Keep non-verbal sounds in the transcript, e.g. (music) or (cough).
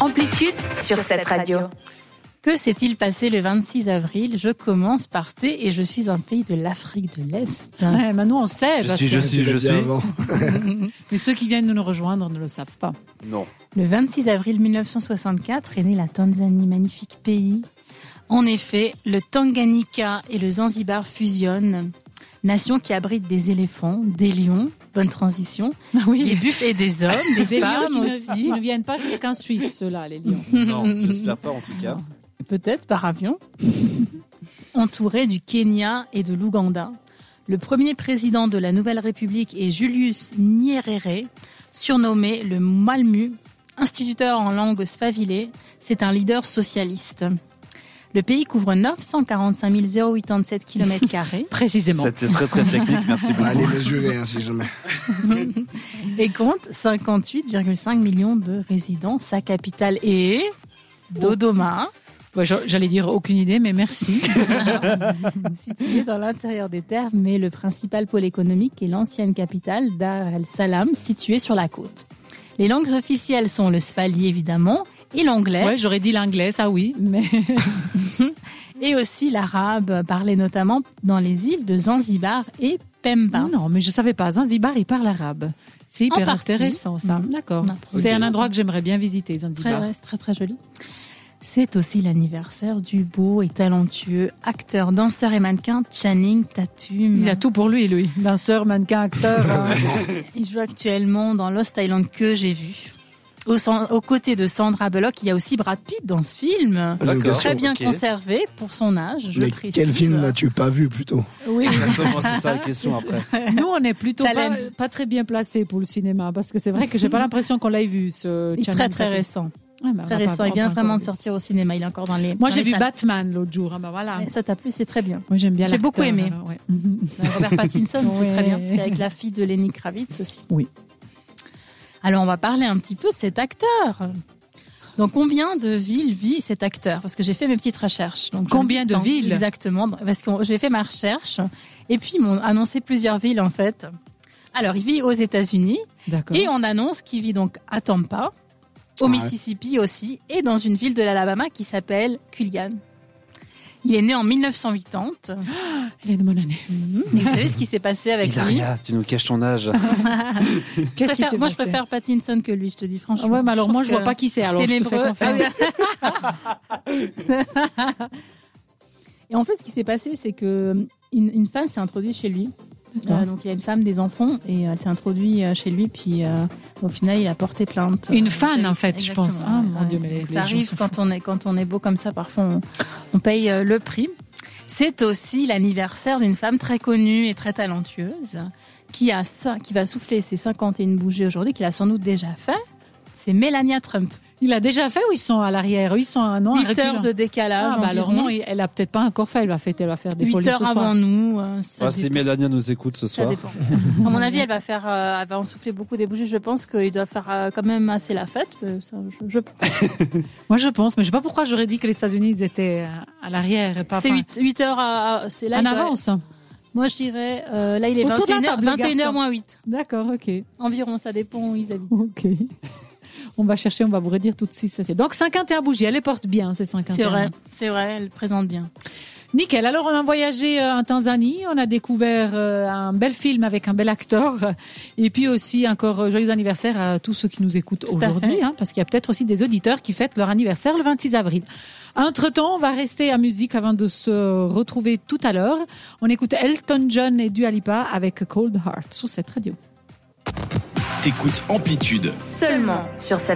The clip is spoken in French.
Amplitude sur cette radio. Que s'est-il passé le 26 avril Je commence par T et je suis un pays de l'Afrique de l'Est. Ouais, maintenant on Eh, sait. Je bah, parce suis, que- je suis, je (laughs) suis. (laughs) Mais ceux qui viennent de nous rejoindre ne le savent pas. Non. Le 26 avril 1964 est née la Tanzanie, magnifique pays. En effet, le Tanganyika et le Zanzibar fusionnent. Nation qui abrite des éléphants, des lions, bonne transition, des buffles et des hommes, (laughs) des, Des lions femmes qui ne, aussi, qui ne viennent pas jusqu'en Suisse, ceux-là, les lions. Non, j'espère pas en tout cas. peut-être par avion, entouré du Kenya et de l'Ouganda. Le premier président de la Nouvelle République est Julius Nyerere, surnommé le Malmu, instituteur en langue swavilé, c'est un leader socialiste. Le pays couvre 945 087 km Précisément. C'était très très technique, merci beaucoup. (laughs) Allez mesurer hein, si jamais. et compte 58,5 millions de résidents. Sa capitale est Dodoma. Ouais, j'a- J'allais dire aucune idée, mais merci. situé dans l'intérieur des terres, mais le principal pôle économique est l'ancienne capitale Dar el Salam, située sur la côte. Les langues officielles sont le swahili évidemment et l'anglais, Ouais, j'aurais dit l'anglais, ça oui, mais et aussi l'arabe, parlé notamment dans les îles de Zanzibar et Pemba. non, mais je savais pas. Zanzibar, il parle arabe. C'est En hyper partie. intéressant, ça. Mhm. D'accord. Non, pour C'est ça. un endroit que j'aimerais bien visiter, Très, Zanzibar. ouais, c'est très très joli. C'est aussi l'anniversaire du beau et talentueux acteur, danseur et mannequin Channing Tatum. Il a tout pour lui, lui. Danseur, mannequin, acteur. (laughs) hein. Il joue actuellement dans Lost Island que j'ai vu. Au cen- Aux, côtés de Sandra Bullock, il y a aussi Brad Pitt dans ce film. J'ai une D'accord. question. Très bien ok. conservé pour son âge, je Mais précise. quel film n'as-tu pas vu plutôt oui. Exactement, c'est ça la question après. Nous, on est plutôt pas, Challenge. pas très bien placés pour le cinéma, parce que c'est vrai que (laughs) j'ai pas l'impression qu'on l'ait vu, ce Il est Channing très très Tatum. récent. Ouais, Très bah, on va pas- récent. on Il va vient pas vraiment encore- de sortir au cinéma. Il est encore dans les. Moi, dans j'ai les vu salles. Batman l'autre jour. Ah bah voilà. Ça t'a plu, c'est très bien. Moi, j'aime bien J'ai beaucoup l'acteur, aimé. alors, ouais. Mhm. (laughs) Euh, Robert Pattinson, c'est très bien. Ouais. Et avec la fille de Lenny Kravitz aussi. Oui. Alors, on va parler un petit peu de cet acteur. Dans combien de villes vit cet acteur Parce que j'ai fait mes petites recherches. Donc, Combien de dans- villes Exactement, parce que j'ai fait ma recherche. Et puis, ils m'ont annoncé plusieurs villes, en fait. Alors, il vit aux États-Unis. D'accord. Et on annonce qu'il vit donc à Tampa, au Ouais. Mississippi aussi, et dans une ville de l'Alabama qui s'appelle Culian. Il est né en Ah. 1980. Il est de mon année. Et vous savez ce qui s'est passé avec lui Hilaria, tu nous caches ton âge. Je Qu'est-ce qui préfère- s'est Moi, je passé préfère Pattinson que lui, je te dis Ah franchement. ouais, mais alors moi, je trouve vois pas que Ah qui c'est. Alors, je te fais ténébreux. confiance. Et en fait, ce qui s'est passé, c'est que une, une femme s'est introduite chez lui. D'accord. Euh, donc, il y a une femme des enfants et elle s'est introduite euh, chez lui. Puis, euh, au final, il a porté plainte. Une Euh, fan, j'ai- en fait, je pense. Exactement, Ah, ouais, mon ouais. Dieu, mais les- les ça gens arrive sont quand on est quand on est beau comme ça. Parfois, on, on paye euh, le prix. C'est aussi l'anniversaire d'une femme très connue et très talentueuse qui a cin- qui va souffler ses 51 bougies aujourd'hui, qu'il a sans doute déjà fait. C'est Melania Trump. Il a déjà fait ou ils sont à l'arrière Ils sont à non, à 8 heures reculant. de décalage. Ah, bah alors environ. non, il- elle a peut-être pas encore fait. Elle va fêter, elle va faire des 8 folies heures ce soir. avant nous. euh, ça Ah, si dépend. Mélania nous écoute ce Ça soir. dépend. À mon avis, elle va faire, euh, elle va en souffler beaucoup des bougies. Je pense qu'il doit faire euh, quand même assez la fête. euh, ça, je- je- Moi, je pense, mais je sais pas pourquoi j'aurais dit que les États-Unis ils étaient euh, à l'arrière. et pas- C'est pas- 8, 8 heures, à- à- c'est là. En il doit- avance. Moi, je dirais, euh, là, il est Autour de la 21h, table, les 21h garçons. moins 8. D'accord, ok. Environ, ça dépend où ils habitent. Ok. (laughs) On va chercher, on va vous redire tout de suite. ça, c'est- Donc 51 bougies, elle les porte bien, ces 51. C'est vrai, c'est vrai, elle présente bien. Nickel. Alors on a voyagé euh, en Tanzanie, on a découvert euh, un bel film avec un bel acteur, et puis aussi encore euh, joyeux anniversaire à tous ceux qui nous écoutent à aujourd'hui, fait. hein, parce qu'il y a peut-être aussi des auditeurs qui fêtent leur anniversaire le 26 avril. Entre-temps, on va rester à musique avant de se retrouver tout à l'heure. On écoute Elton John et Dua Lipa avec Cold Heart sur cette radio. T'écoutes Amplitude. Seulement sur cette radio.